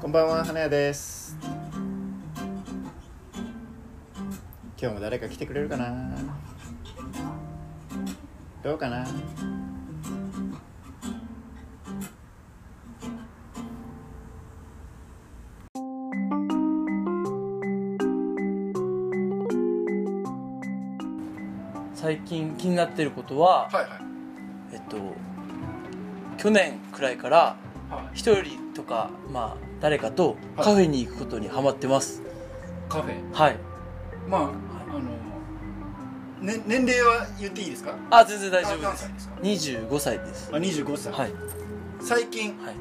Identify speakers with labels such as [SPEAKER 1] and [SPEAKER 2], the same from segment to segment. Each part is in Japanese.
[SPEAKER 1] こんばんは、花屋です。今日も誰か来てくれるかな。どうかな。
[SPEAKER 2] 最近気になってることは、
[SPEAKER 3] はいはい
[SPEAKER 2] えっと去年くらいから
[SPEAKER 3] はい
[SPEAKER 2] 一人とかまあ誰かとカフェに行くことにハマってます
[SPEAKER 3] カフェ
[SPEAKER 2] はい、
[SPEAKER 3] まああの、ね、年齢は言っていいですか
[SPEAKER 2] あ全然大丈
[SPEAKER 3] あ
[SPEAKER 2] 夫
[SPEAKER 3] 何
[SPEAKER 2] です
[SPEAKER 3] 歳ですか
[SPEAKER 2] 25歳です
[SPEAKER 3] あ25歳、
[SPEAKER 2] はい
[SPEAKER 3] 最近
[SPEAKER 2] はい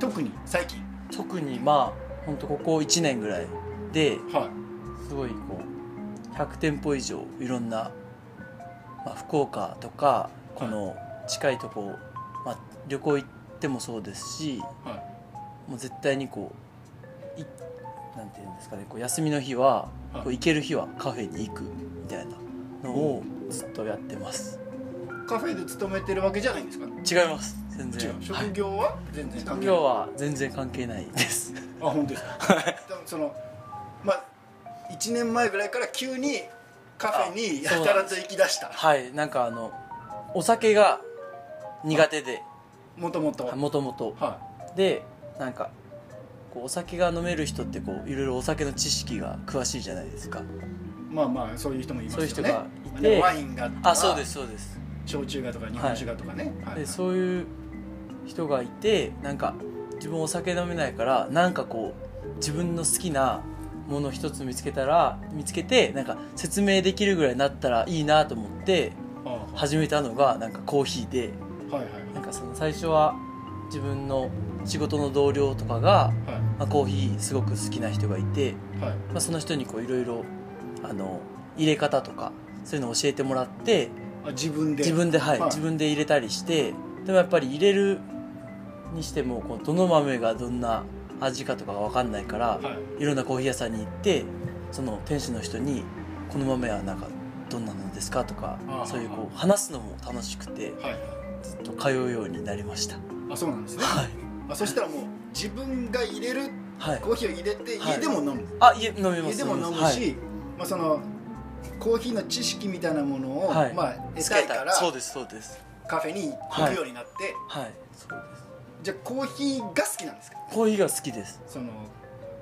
[SPEAKER 3] 特に最近
[SPEAKER 2] 特にまあほんとここ1年ぐらいで
[SPEAKER 3] は
[SPEAKER 2] すごいこう100店舗以上いろんな、まあ、福岡とかこの近いとこ、まあ、旅行行ってもそうですし
[SPEAKER 3] いはい
[SPEAKER 2] もう絶対にこういなんていうんですかねこう休みの日は
[SPEAKER 3] はい
[SPEAKER 2] こう行ける日はカフェに行くみたいなのをずっとやってます
[SPEAKER 3] カフェで勤めてるわけじゃないんですか
[SPEAKER 2] 違います全然
[SPEAKER 3] 違う
[SPEAKER 2] はい
[SPEAKER 3] 職業は全然関
[SPEAKER 2] 職
[SPEAKER 3] 係ない、
[SPEAKER 2] 業は全然関係ないです
[SPEAKER 3] あ本当ですか多分そのまあ1年前ぐらいから急にカフェに
[SPEAKER 2] あそ
[SPEAKER 3] や
[SPEAKER 2] う
[SPEAKER 3] た
[SPEAKER 2] なん
[SPEAKER 3] ら
[SPEAKER 2] で
[SPEAKER 3] と行き出した
[SPEAKER 2] はいなんかあのお酒が苦手で
[SPEAKER 3] もともと
[SPEAKER 2] もともと
[SPEAKER 3] は
[SPEAKER 2] でなんかこうお酒が飲める人ってこういろいろお酒の知識が詳しいじゃないですか
[SPEAKER 3] いまあまあそういう人もいますよね
[SPEAKER 2] そういう人がいて
[SPEAKER 3] でワインがとか
[SPEAKER 2] あそうですそうです
[SPEAKER 3] 焼酎がとか日本酒がとかね、はい
[SPEAKER 2] でそういう人がいてなんか自分お酒飲めないからなんかこう自分の好きなもの一つ見つけたら見つけてなんか説明できるぐらいになったらいいなと思って
[SPEAKER 3] ああ
[SPEAKER 2] 始めたのがなんかコーヒーで
[SPEAKER 3] はいはい
[SPEAKER 2] なんかその最初は自分の仕事の同僚とかが、
[SPEAKER 3] はい
[SPEAKER 2] まあ、コーヒーすごく好きな人がいて、
[SPEAKER 3] はい
[SPEAKER 2] まあ、その人にこういろいろあの入れ方とかそういうのを教えてもらって
[SPEAKER 3] あ自分で
[SPEAKER 2] 自分ではい、
[SPEAKER 3] はい
[SPEAKER 2] 自分で入れたりしてでもやっぱり入れるにしてもこうどの豆がどんな味かとかが分かんないから、
[SPEAKER 3] はい
[SPEAKER 2] い、ろんなコーヒー屋さんに行ってその店主の人に「この豆はなんかどんなのですか?」とか
[SPEAKER 3] ああ
[SPEAKER 2] そういうこう話すのも楽しくて
[SPEAKER 3] はいはい
[SPEAKER 2] ずっと通うようになりました
[SPEAKER 3] あそうなんですね
[SPEAKER 2] はい
[SPEAKER 3] あそしたらもう自分が入れる
[SPEAKER 2] はい
[SPEAKER 3] コーヒーを入れて
[SPEAKER 2] はい
[SPEAKER 3] 家でも飲む、
[SPEAKER 2] あ家飲みます
[SPEAKER 3] 家でも飲むし、
[SPEAKER 2] はい
[SPEAKER 3] まあ、そのコーヒーの知識みたいなものを、
[SPEAKER 2] はい
[SPEAKER 3] まあ、得たいから
[SPEAKER 2] そうですそうです
[SPEAKER 3] カフェに行くようになって、
[SPEAKER 2] はいそうです
[SPEAKER 3] じゃあコーヒーが好きなんですか
[SPEAKER 2] コーヒーが好きです
[SPEAKER 3] その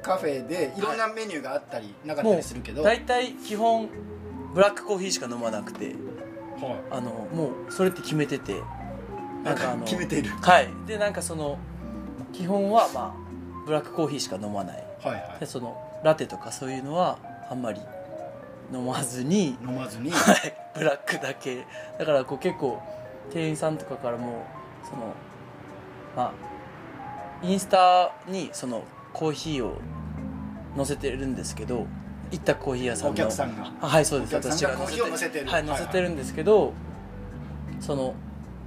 [SPEAKER 3] カフェでいろんなメニューがあったり、なかった
[SPEAKER 2] も
[SPEAKER 3] りするけど
[SPEAKER 2] う大体基本ブラックコーヒーしか飲まなくて
[SPEAKER 3] はい
[SPEAKER 2] あのもうそれって決めててなんかあの
[SPEAKER 3] 決めている
[SPEAKER 2] はいでなんかその基本はまあブラックコーヒーしか飲まない
[SPEAKER 3] はいは
[SPEAKER 2] でそのラテとかそういうのはあんまり飲まずに
[SPEAKER 3] い飲まずに
[SPEAKER 2] はいブラックだけだからこう結構店員さんとかからもそのまあインスタにそのコーヒーを載せてるんですけど行ったコーヒー屋さんの
[SPEAKER 3] お客さんが
[SPEAKER 2] あはいそうで
[SPEAKER 3] お
[SPEAKER 2] す
[SPEAKER 3] 客さん
[SPEAKER 2] 私
[SPEAKER 3] がコーヒーを乗せてる
[SPEAKER 2] はい
[SPEAKER 3] はいは
[SPEAKER 2] 載
[SPEAKER 3] い
[SPEAKER 2] せてるんですけど、その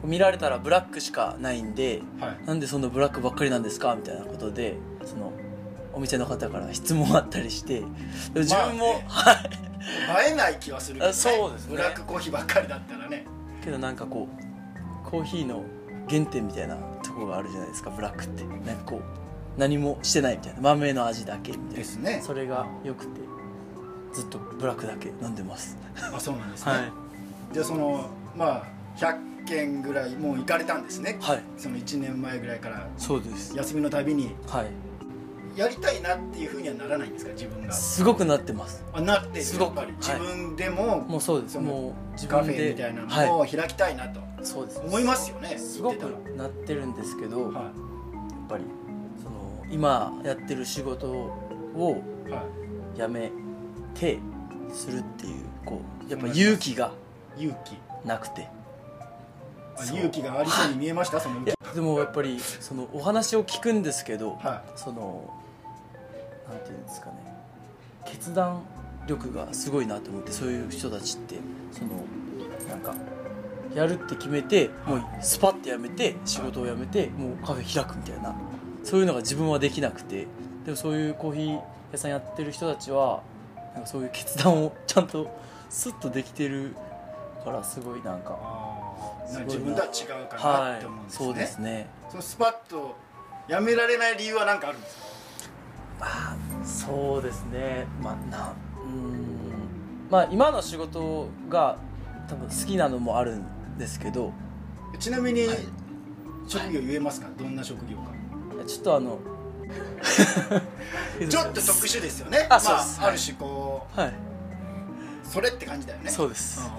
[SPEAKER 2] 見られたらブラックしかないんで
[SPEAKER 3] はい
[SPEAKER 2] なんでそんなブラックばっかりなんですかみたいなことでそのお店の方から質問あったりしてでも自分も、
[SPEAKER 3] まあ
[SPEAKER 2] はい
[SPEAKER 3] ね映えない気はするけど、ね、
[SPEAKER 2] あそうですね
[SPEAKER 3] ブラックコーヒーばっかりだったらね
[SPEAKER 2] けどなんかこうコーヒーの原点みたいなとこがあるじゃないですかブラックってなんかこう何もしてないみたいな豆の味だけみたいな
[SPEAKER 3] ですね
[SPEAKER 2] それが良くてずっとブラックだけ飲んでます
[SPEAKER 3] あそうなんですね、
[SPEAKER 2] はい
[SPEAKER 3] じゃあそのまあ100件ぐらいもう行かれたんですね、
[SPEAKER 2] はい
[SPEAKER 3] その1年前ぐらいから
[SPEAKER 2] そうです
[SPEAKER 3] 休みのたびに
[SPEAKER 2] はい
[SPEAKER 3] やりたいなっていうふうにはならないんですか自分が
[SPEAKER 2] すごくなってます
[SPEAKER 3] あなってる
[SPEAKER 2] す
[SPEAKER 3] や
[SPEAKER 2] ご
[SPEAKER 3] っ
[SPEAKER 2] く
[SPEAKER 3] ぱり
[SPEAKER 2] はい
[SPEAKER 3] 自分でも、
[SPEAKER 2] もうそうです
[SPEAKER 3] その
[SPEAKER 2] もう自
[SPEAKER 3] カ
[SPEAKER 2] 分
[SPEAKER 3] フ
[SPEAKER 2] で
[SPEAKER 3] ェみたいなの
[SPEAKER 2] は
[SPEAKER 3] を開きたいなと
[SPEAKER 2] い、そうです
[SPEAKER 3] 思いますよね、
[SPEAKER 2] す
[SPEAKER 3] 言
[SPEAKER 2] ご
[SPEAKER 3] って
[SPEAKER 2] く
[SPEAKER 3] たら
[SPEAKER 2] なってるんですけど、や
[SPEAKER 3] は
[SPEAKER 2] っぱりその今やってる仕事を
[SPEAKER 3] い、は
[SPEAKER 2] やめてするっていうこうやっぱ勇気が
[SPEAKER 3] い、勇気
[SPEAKER 2] なくて
[SPEAKER 3] あ
[SPEAKER 2] そう
[SPEAKER 3] 勇気がありそうに見えましたその勇
[SPEAKER 2] いや
[SPEAKER 3] 気
[SPEAKER 2] でもやっぱりそのお話を聞くんですけど、
[SPEAKER 3] は
[SPEAKER 2] そのなんていうんですかね決断力がすごいなと思ってそういう人たちってそのなんかやるって決めてもうスパッてやめて仕事をやめてもうカフェ開くみたいなそういうのが自分はできなくてでもそういうコーヒー屋さんやってる人たちはなんかそういう決断をちゃんとスッとできてるからすごいなんか
[SPEAKER 3] あ
[SPEAKER 2] すごいな
[SPEAKER 3] 自分とは違うかなって思うんですね、
[SPEAKER 2] そうですね
[SPEAKER 3] そのスパッとやめられない理由は何かあるんですか
[SPEAKER 2] あーそうですねまあなうーんまあ今の仕事が多分好きなのもあるんですけど
[SPEAKER 3] ちなみに
[SPEAKER 2] はい
[SPEAKER 3] 職業言えますかどんな職業か
[SPEAKER 2] ちょっとあの
[SPEAKER 3] ちょっと特殊ですよね
[SPEAKER 2] あそう
[SPEAKER 3] ま
[SPEAKER 2] です
[SPEAKER 3] あ、ある種こ
[SPEAKER 2] はい、
[SPEAKER 3] うそれって感じだよね
[SPEAKER 2] そううです
[SPEAKER 3] ん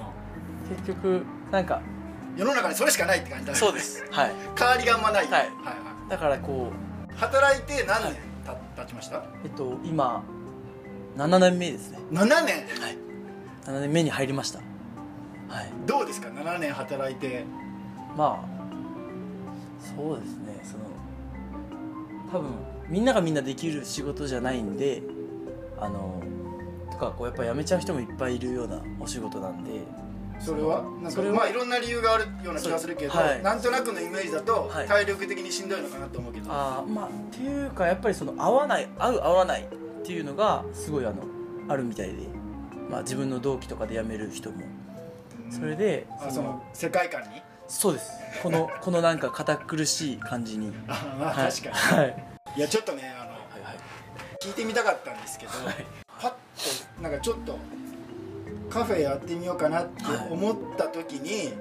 [SPEAKER 2] 結局なんか
[SPEAKER 3] 世の中にそれしかないって感じだよね
[SPEAKER 2] そう ですはい
[SPEAKER 3] 変わりがあんまない、
[SPEAKER 2] はい
[SPEAKER 3] はいはい
[SPEAKER 2] だからこ
[SPEAKER 3] 働いて何年た経ちました
[SPEAKER 2] うえっと今7年目ですね
[SPEAKER 3] 7年
[SPEAKER 2] はい7年目に入りましたはい
[SPEAKER 3] どうですか7年働いて
[SPEAKER 2] まあそうですねその多分みんながみんなできる仕事じゃないんであのとかこうやっぱ辞めちゃう人もいっぱいいるようなお仕事なんで
[SPEAKER 3] それはなん
[SPEAKER 2] そ
[SPEAKER 3] か
[SPEAKER 2] れは
[SPEAKER 3] まあいろんな理由があるような気がするけど、
[SPEAKER 2] そうはい
[SPEAKER 3] なんとなくのイメージだと
[SPEAKER 2] はい
[SPEAKER 3] 体力的にしんどいのかなと思うけど、
[SPEAKER 2] あーまあっていうかやっぱりその合わない合う合わないっていうのがすごいあのあるみたいで、まあ、自分の同期とかで辞める人も
[SPEAKER 3] うん
[SPEAKER 2] それで
[SPEAKER 3] あその世界観に
[SPEAKER 2] そうですこのこのなんか堅苦しい感じに
[SPEAKER 3] あ、まあ、
[SPEAKER 2] はい
[SPEAKER 3] 確かに、
[SPEAKER 2] はい
[SPEAKER 3] い、やちょっとねあの
[SPEAKER 2] はいはい
[SPEAKER 3] 聞いてみたかったんですけど、
[SPEAKER 2] はい
[SPEAKER 3] パッとなんかちょっとカフェやってみようかなって思った時に、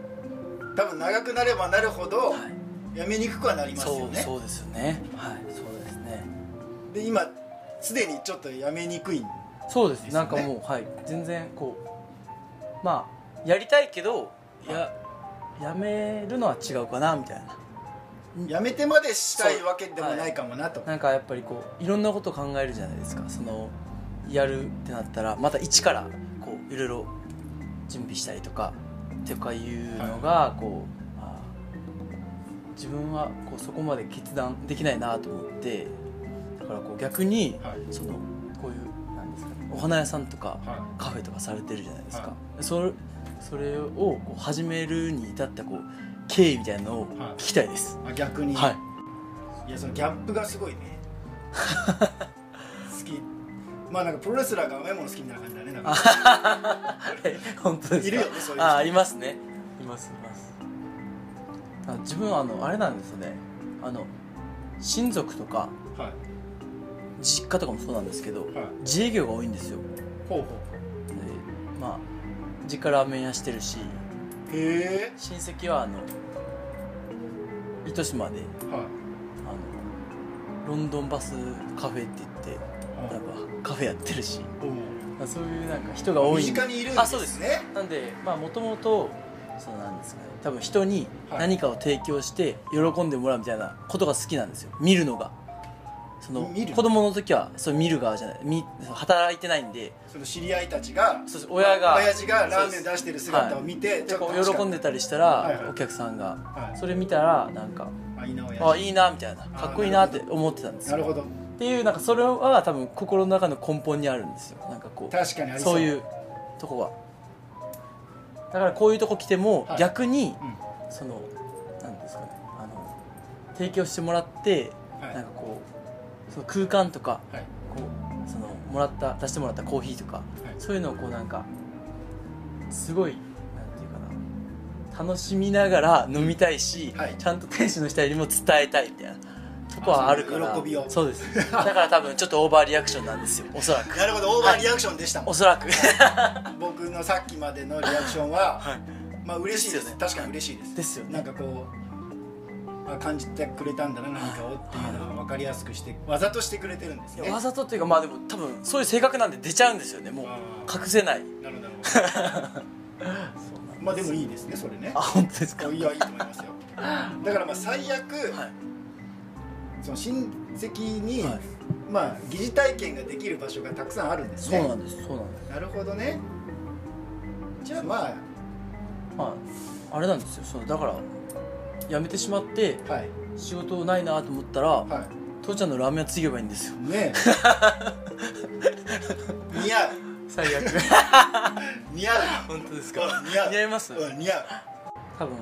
[SPEAKER 3] 多分長くなればなるほど
[SPEAKER 2] はい
[SPEAKER 3] やめにくくはなりますよ
[SPEAKER 2] そう
[SPEAKER 3] ね
[SPEAKER 2] そうですよねはいそうですね
[SPEAKER 3] で今すでにちょっとやめにくい
[SPEAKER 2] そうです
[SPEAKER 3] ですよ
[SPEAKER 2] な
[SPEAKER 3] ね
[SPEAKER 2] んかもうはい全然こうまあやりたいけどややめるのは違うかなみたいな
[SPEAKER 3] やめてまでしたいわけでもないかもなと、
[SPEAKER 2] なんかやっぱりこういろんなこと考えるじゃないですかそのやるってなったらまた一からこういろいろ準備したりとかとかいうのがこう、あー自分はこうそこまで決断できないなと思ってだからこう逆に
[SPEAKER 3] はい
[SPEAKER 2] そのこういうなんですか、ね、お花屋さんとか
[SPEAKER 3] は
[SPEAKER 2] カフェとかされてるじゃないですか、
[SPEAKER 3] は
[SPEAKER 2] それそれをこう始めるに至ったこう経緯みたいなのを聞きたいです。
[SPEAKER 3] いあ逆に、
[SPEAKER 2] はい
[SPEAKER 3] い、やそのギャップがすご いね好きまあなんかプロレスラーが甘いもの好きみたいな感じだねなんか
[SPEAKER 2] え本当ですか
[SPEAKER 3] いるよねそういう人
[SPEAKER 2] あありますねいますいますあ自分はあのあれなんですよねあの親族とか
[SPEAKER 3] はい
[SPEAKER 2] 実家とかもそうなんですけど
[SPEAKER 3] はい
[SPEAKER 2] 自営業が多いんですよ
[SPEAKER 3] ほうほうほ
[SPEAKER 2] でまあ実家ラーメン屋してるし
[SPEAKER 3] うへえ
[SPEAKER 2] 親戚はあの糸島で
[SPEAKER 3] はい
[SPEAKER 2] あのロンドンバスカフェって言ってなんかカフェやってるしまあそういうなんか人が多い
[SPEAKER 3] 身
[SPEAKER 2] んで
[SPEAKER 3] 近にいるん
[SPEAKER 2] あ
[SPEAKER 3] で
[SPEAKER 2] そうです
[SPEAKER 3] すね
[SPEAKER 2] なんでまあもともとそうなんですかね多分人に
[SPEAKER 3] はい
[SPEAKER 2] 何かを提供して喜んでもらうみたいなことが好きなんですよ見るのがその
[SPEAKER 3] 見る
[SPEAKER 2] 子供の時はそう見る側じゃないみ働いてないんで
[SPEAKER 3] その知り合いたちが
[SPEAKER 2] そうです親が
[SPEAKER 3] 親父がラーメン
[SPEAKER 2] そうで
[SPEAKER 3] 出してる姿を見て
[SPEAKER 2] すでこう喜んでたりした
[SPEAKER 3] はいはい
[SPEAKER 2] らお客さんが
[SPEAKER 3] はい
[SPEAKER 2] それ見たらなんか
[SPEAKER 3] あいいな親
[SPEAKER 2] あ
[SPEAKER 3] 父
[SPEAKER 2] いいなみたいなかっこいいなって思ってたんです
[SPEAKER 3] なる
[SPEAKER 2] よ
[SPEAKER 3] ほど
[SPEAKER 2] っていうなんかそれは多分心の中の根本にあるんですよなんかこう
[SPEAKER 3] 確かにあり
[SPEAKER 2] そういうとこがだからこういうとこ来ても
[SPEAKER 3] はい
[SPEAKER 2] 逆に、
[SPEAKER 3] うん
[SPEAKER 2] そのなんですかねあの提供してもらって、
[SPEAKER 3] はい
[SPEAKER 2] なんかこうその空間とか
[SPEAKER 3] はい
[SPEAKER 2] こうそのもらった出してもらったコーヒーとか、そういうのをこうなんかすごいなんていうかな楽しみながら飲みたいし、
[SPEAKER 3] はい
[SPEAKER 2] ちゃんと店主の人にも伝えたいみたいなとこはあるから
[SPEAKER 3] あそういう喜びを
[SPEAKER 2] そう ですだから多分ちょっとオーバーリアクションなんですよおそらく
[SPEAKER 3] なるほどオーバーリアクションでしたも
[SPEAKER 2] お
[SPEAKER 3] ん
[SPEAKER 2] そらく
[SPEAKER 3] 僕のさっきまでのリアクションは
[SPEAKER 2] はい
[SPEAKER 3] まあ嬉しいで
[SPEAKER 2] ですすよね
[SPEAKER 3] 確かに嬉しいです
[SPEAKER 2] ですよね
[SPEAKER 3] なんかこうあ感じてくれたんだな何かをっていうのは分かりやすくしてわざとしてくれてるんです
[SPEAKER 2] い
[SPEAKER 3] ね
[SPEAKER 2] やわざとっていうかまあでも多分そういう性格なんで出ちゃうんですよねもう
[SPEAKER 3] あー
[SPEAKER 2] 隠せない
[SPEAKER 3] なるほどなるほ
[SPEAKER 2] そうなん
[SPEAKER 3] どまあでもいいですねそれね
[SPEAKER 2] あ本当ですかはい
[SPEAKER 3] いやいいと思 いますよだからまあ最悪その親戚に、
[SPEAKER 2] はい
[SPEAKER 3] まあ疑似体験ができる場所がたくさんあるんです
[SPEAKER 2] そ
[SPEAKER 3] ね
[SPEAKER 2] うなんですそうなんです
[SPEAKER 3] なるほどねじゃあま
[SPEAKER 2] まああれなんですよそうだから辞めてしまって
[SPEAKER 3] あはい
[SPEAKER 2] 仕事ないなと思ったら
[SPEAKER 3] は
[SPEAKER 2] 父ちゃんのラーメン屋継げばいいんですよ
[SPEAKER 3] いねえ似合う
[SPEAKER 2] 最 悪
[SPEAKER 3] 似合う
[SPEAKER 2] 本当です
[SPEAKER 3] うん似合う
[SPEAKER 2] 似合います
[SPEAKER 3] うん似合う
[SPEAKER 2] 多分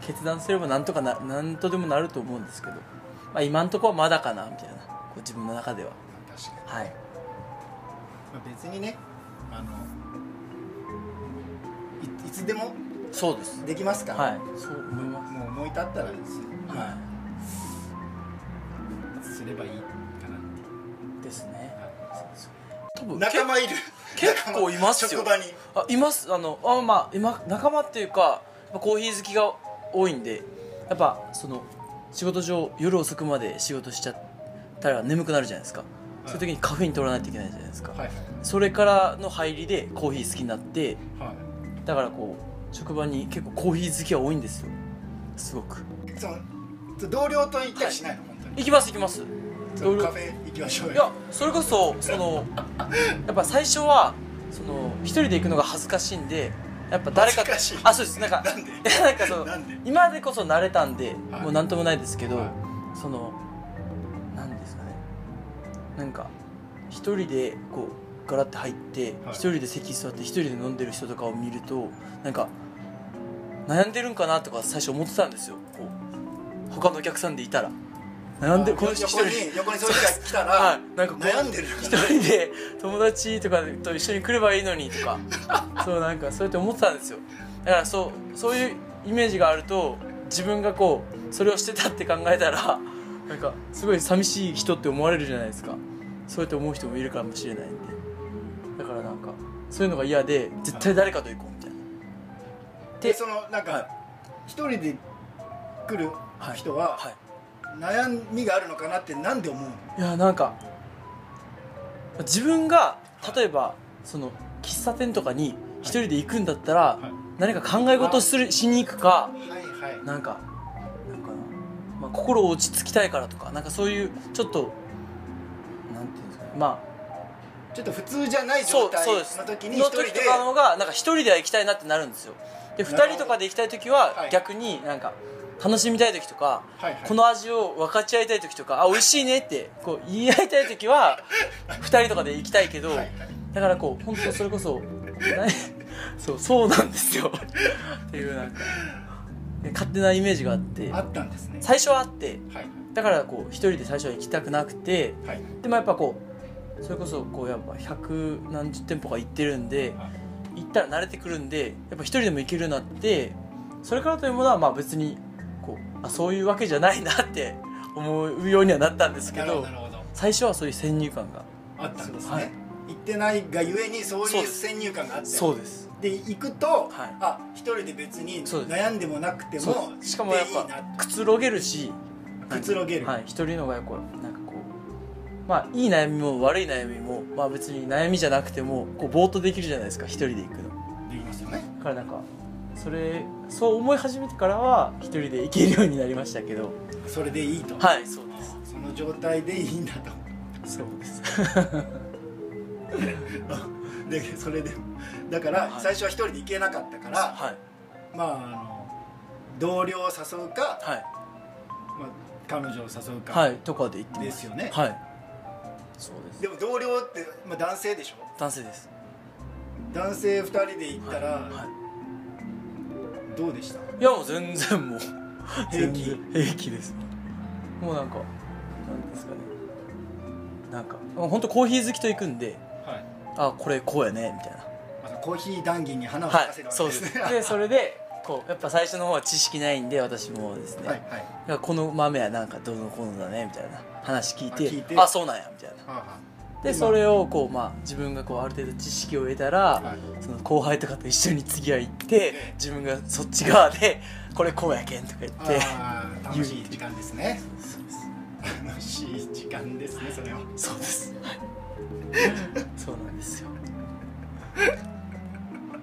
[SPEAKER 2] 決断すればなんとかななんとでもなると思うんですけど、まあ、今んとこはまだかなみたいなこう自分の中では
[SPEAKER 3] 確かに
[SPEAKER 2] はい
[SPEAKER 3] まあ別にねあのいいつでも
[SPEAKER 2] そうです
[SPEAKER 3] できますか、
[SPEAKER 2] はいそう思います
[SPEAKER 3] もう思い立ったらですよ
[SPEAKER 2] は
[SPEAKER 1] すればいいかなっていう
[SPEAKER 2] いですね
[SPEAKER 1] はい
[SPEAKER 2] 多分
[SPEAKER 3] 仲間いる
[SPEAKER 2] 結構いますよ
[SPEAKER 3] 職場に
[SPEAKER 2] あいますあのあまあ今仲間っていうかまあコーヒー好きが多いんでやっぱその仕事上夜遅くまで仕事しちゃったら眠くなるじゃないですか、そういう時にカフェイン取らないといけないじゃないですか、
[SPEAKER 3] はい
[SPEAKER 2] それからの入りでコーヒー好きになって
[SPEAKER 3] は
[SPEAKER 2] だからこう職場に結構コーヒー好きが多いんですよすごく
[SPEAKER 3] いその同僚と行ったりしないの、本当に
[SPEAKER 2] 行きます行きます
[SPEAKER 3] ちょっと
[SPEAKER 2] 同僚
[SPEAKER 3] カフェ行きましょうよ
[SPEAKER 2] いやそれこそそのやっぱ最初はその一人で行くのが恥ずかしいんでやっぱ誰かと
[SPEAKER 3] 恥ずかしい
[SPEAKER 2] あそうですなんか
[SPEAKER 3] なんで
[SPEAKER 2] いやなんかその
[SPEAKER 3] なんで
[SPEAKER 2] 今でこそ慣れたんで、
[SPEAKER 3] はい
[SPEAKER 2] もう何ともないですけど、
[SPEAKER 3] は
[SPEAKER 2] その何ですかねなんか一人でこうガラッて入って一、
[SPEAKER 3] はい
[SPEAKER 2] 人で席座って一人で飲んでる人とかを見るとなんか悩んでるんかなとか最初思ってたんですよこう他のお客さんでいたら悩んで
[SPEAKER 3] あ
[SPEAKER 2] この人一
[SPEAKER 3] 横
[SPEAKER 2] 人
[SPEAKER 3] に横にそういう人が来たら、
[SPEAKER 2] はいなんかこう
[SPEAKER 3] 悩んでる
[SPEAKER 2] 一人で友達とかと一緒に来ればいいのにとかそうなんかそうやって思ってたんですよだからそうそういうイメージがあると自分がこうそれをしてたって考えたらなんかすごい寂しい人って思われるじゃないですかそうやって思う人もいるかもしれないんでだからなんかそういうのが嫌で絶対誰かと行こうみたいな
[SPEAKER 3] でそのなん
[SPEAKER 2] はい
[SPEAKER 3] か一、人で来る
[SPEAKER 2] はい
[SPEAKER 3] 人は、
[SPEAKER 2] はい
[SPEAKER 3] 悩みがあるのかなってなんで思うの
[SPEAKER 2] いやなんか自分が例えばその喫茶店とかに一人で行くんだったら、
[SPEAKER 1] い
[SPEAKER 2] 何か考え事するしに行くか
[SPEAKER 3] はいはい
[SPEAKER 2] なんかなんかな、まあ、心を落ち着きたいからとかなんかそういうちょっとなんていうんですかねまあ
[SPEAKER 3] ちょっと普通じゃない
[SPEAKER 2] そ
[SPEAKER 3] 状
[SPEAKER 2] う
[SPEAKER 3] 態
[SPEAKER 2] そうです
[SPEAKER 3] の時に一
[SPEAKER 2] の
[SPEAKER 3] 人で
[SPEAKER 2] 時とかの方がなんか一人では行きたいなってなるんですよで
[SPEAKER 3] なるほど
[SPEAKER 2] 2人とかで行きたい時
[SPEAKER 3] は
[SPEAKER 2] はい逆になんか楽しみたい時とか、
[SPEAKER 3] はいはい
[SPEAKER 2] この味を分かち合いたい時とかあ美味しいねってこう言い合いたい時は2人とかで行きたいけど、
[SPEAKER 3] はいはい
[SPEAKER 2] だからこう本当それこそな そうそうなんですよっていうなんかね勝手なイメージがあって
[SPEAKER 3] あったんですね
[SPEAKER 2] 最初はあって
[SPEAKER 3] はい
[SPEAKER 2] だからこう一人で最初は行きたくなくて
[SPEAKER 3] はい
[SPEAKER 2] でもやっぱこうそれこそこうやっぱ百何十店舗か行ってるんで
[SPEAKER 3] は
[SPEAKER 2] 行ったら慣れてくるんでやっぱ一人でも行けるようになってそれからというものはまあ別にこうあそういうわけじゃないなって 思うようにはなったんですけ
[SPEAKER 3] なるほど
[SPEAKER 2] ど
[SPEAKER 3] なるほど
[SPEAKER 2] 最初はそういう先入観が
[SPEAKER 3] あったんですね、
[SPEAKER 2] はい
[SPEAKER 3] 行ってないがゆえにそう
[SPEAKER 2] そう
[SPEAKER 3] い
[SPEAKER 2] で
[SPEAKER 3] う
[SPEAKER 2] す
[SPEAKER 3] 先入観があって
[SPEAKER 2] そうです
[SPEAKER 3] で行くと、
[SPEAKER 2] はい
[SPEAKER 3] あ一人で別に
[SPEAKER 2] そうです
[SPEAKER 3] 悩んでもなくて
[SPEAKER 2] そ
[SPEAKER 3] も
[SPEAKER 2] うしかもやっ
[SPEAKER 3] 行っていい
[SPEAKER 2] ぱくつろげるし
[SPEAKER 3] なくつろげる、
[SPEAKER 2] はい、一人の方がこうなんかこうまあいい悩みも悪い悩みもまあ別に悩みじゃなくてもこうぼーっとできるじゃないですか一人で行くの
[SPEAKER 3] できますよね
[SPEAKER 2] だからなんかそれそう思い始めてからは一人で行けるようになりましたけど
[SPEAKER 3] それでいいと、
[SPEAKER 2] はいそうで
[SPEAKER 3] その状態でいいんだと
[SPEAKER 2] すそうです
[SPEAKER 3] でそれでだから
[SPEAKER 2] はい
[SPEAKER 3] 最初は一人で行けなかったから、
[SPEAKER 2] はい
[SPEAKER 3] まああの同僚を誘うか、
[SPEAKER 2] はい
[SPEAKER 3] まあ、彼女を誘うか、
[SPEAKER 2] はいとかで行ってます
[SPEAKER 3] ですよね
[SPEAKER 2] はいそうです
[SPEAKER 3] でも同僚って、まあ、男性でしょ
[SPEAKER 2] 男性です
[SPEAKER 3] 男性2人で行ったら、
[SPEAKER 2] はいは
[SPEAKER 3] どうでした
[SPEAKER 2] い、いやもう全然もう
[SPEAKER 3] 平気
[SPEAKER 2] 全然 平気ですもうなんかなんですかねなんか本当コーヒー好きと行くんで
[SPEAKER 3] はい
[SPEAKER 2] あこれこうやねみたいな
[SPEAKER 3] まあコーヒー談義に花を咲
[SPEAKER 2] はい
[SPEAKER 3] かせるわけ
[SPEAKER 2] そう
[SPEAKER 3] で
[SPEAKER 2] ですす
[SPEAKER 3] ね、
[SPEAKER 2] でそれでこうやっぱ最初の方は知識ないんで私もですね、
[SPEAKER 3] はいはいはい
[SPEAKER 2] いやこの豆はなんかどうのこうのだねみたいな話聞いて
[SPEAKER 3] あ聞いて
[SPEAKER 2] あそうなんやみたいな
[SPEAKER 3] は
[SPEAKER 2] で
[SPEAKER 3] 今
[SPEAKER 2] それをこうまあ自分がこうある程度知識を得たら、
[SPEAKER 3] あはい
[SPEAKER 2] その後輩とかと一緒に次は行って自分がそっち側でこれこうやけんとか言って
[SPEAKER 3] あー楽しい時間ですね
[SPEAKER 2] そうです
[SPEAKER 3] 楽しい時間ですねそれは
[SPEAKER 2] そうです。はいそうなんですよ。だ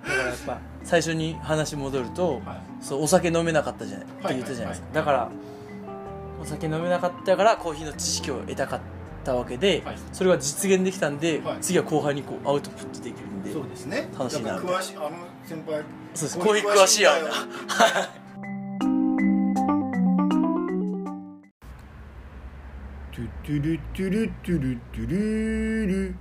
[SPEAKER 2] からやっぱ最初に話戻ると、
[SPEAKER 3] は
[SPEAKER 2] そうお酒飲めなかったじゃないって
[SPEAKER 3] はい
[SPEAKER 2] 言ったじゃないですか。
[SPEAKER 3] は
[SPEAKER 2] だからお酒飲めなかったからコーヒーの知識を得たかったわけで、
[SPEAKER 3] はい
[SPEAKER 2] それが実現できたんで、
[SPEAKER 3] はい
[SPEAKER 2] 次は後輩にこうアウトプットできるんで。
[SPEAKER 3] そうですね
[SPEAKER 2] 楽しいな
[SPEAKER 3] だから詳しいあの先輩
[SPEAKER 2] そうです。コ
[SPEAKER 3] コ
[SPEAKER 2] ー
[SPEAKER 3] ー
[SPEAKER 2] ヒ
[SPEAKER 3] ヒ
[SPEAKER 2] ー
[SPEAKER 3] ー
[SPEAKER 2] 詳
[SPEAKER 3] 詳
[SPEAKER 2] し
[SPEAKER 3] し
[SPEAKER 2] い
[SPEAKER 3] い
[SPEAKER 2] や
[SPEAKER 3] や
[SPEAKER 2] ん
[SPEAKER 3] ん
[SPEAKER 2] な。
[SPEAKER 3] な
[SPEAKER 1] トゥトゥルトゥルトゥルトゥルル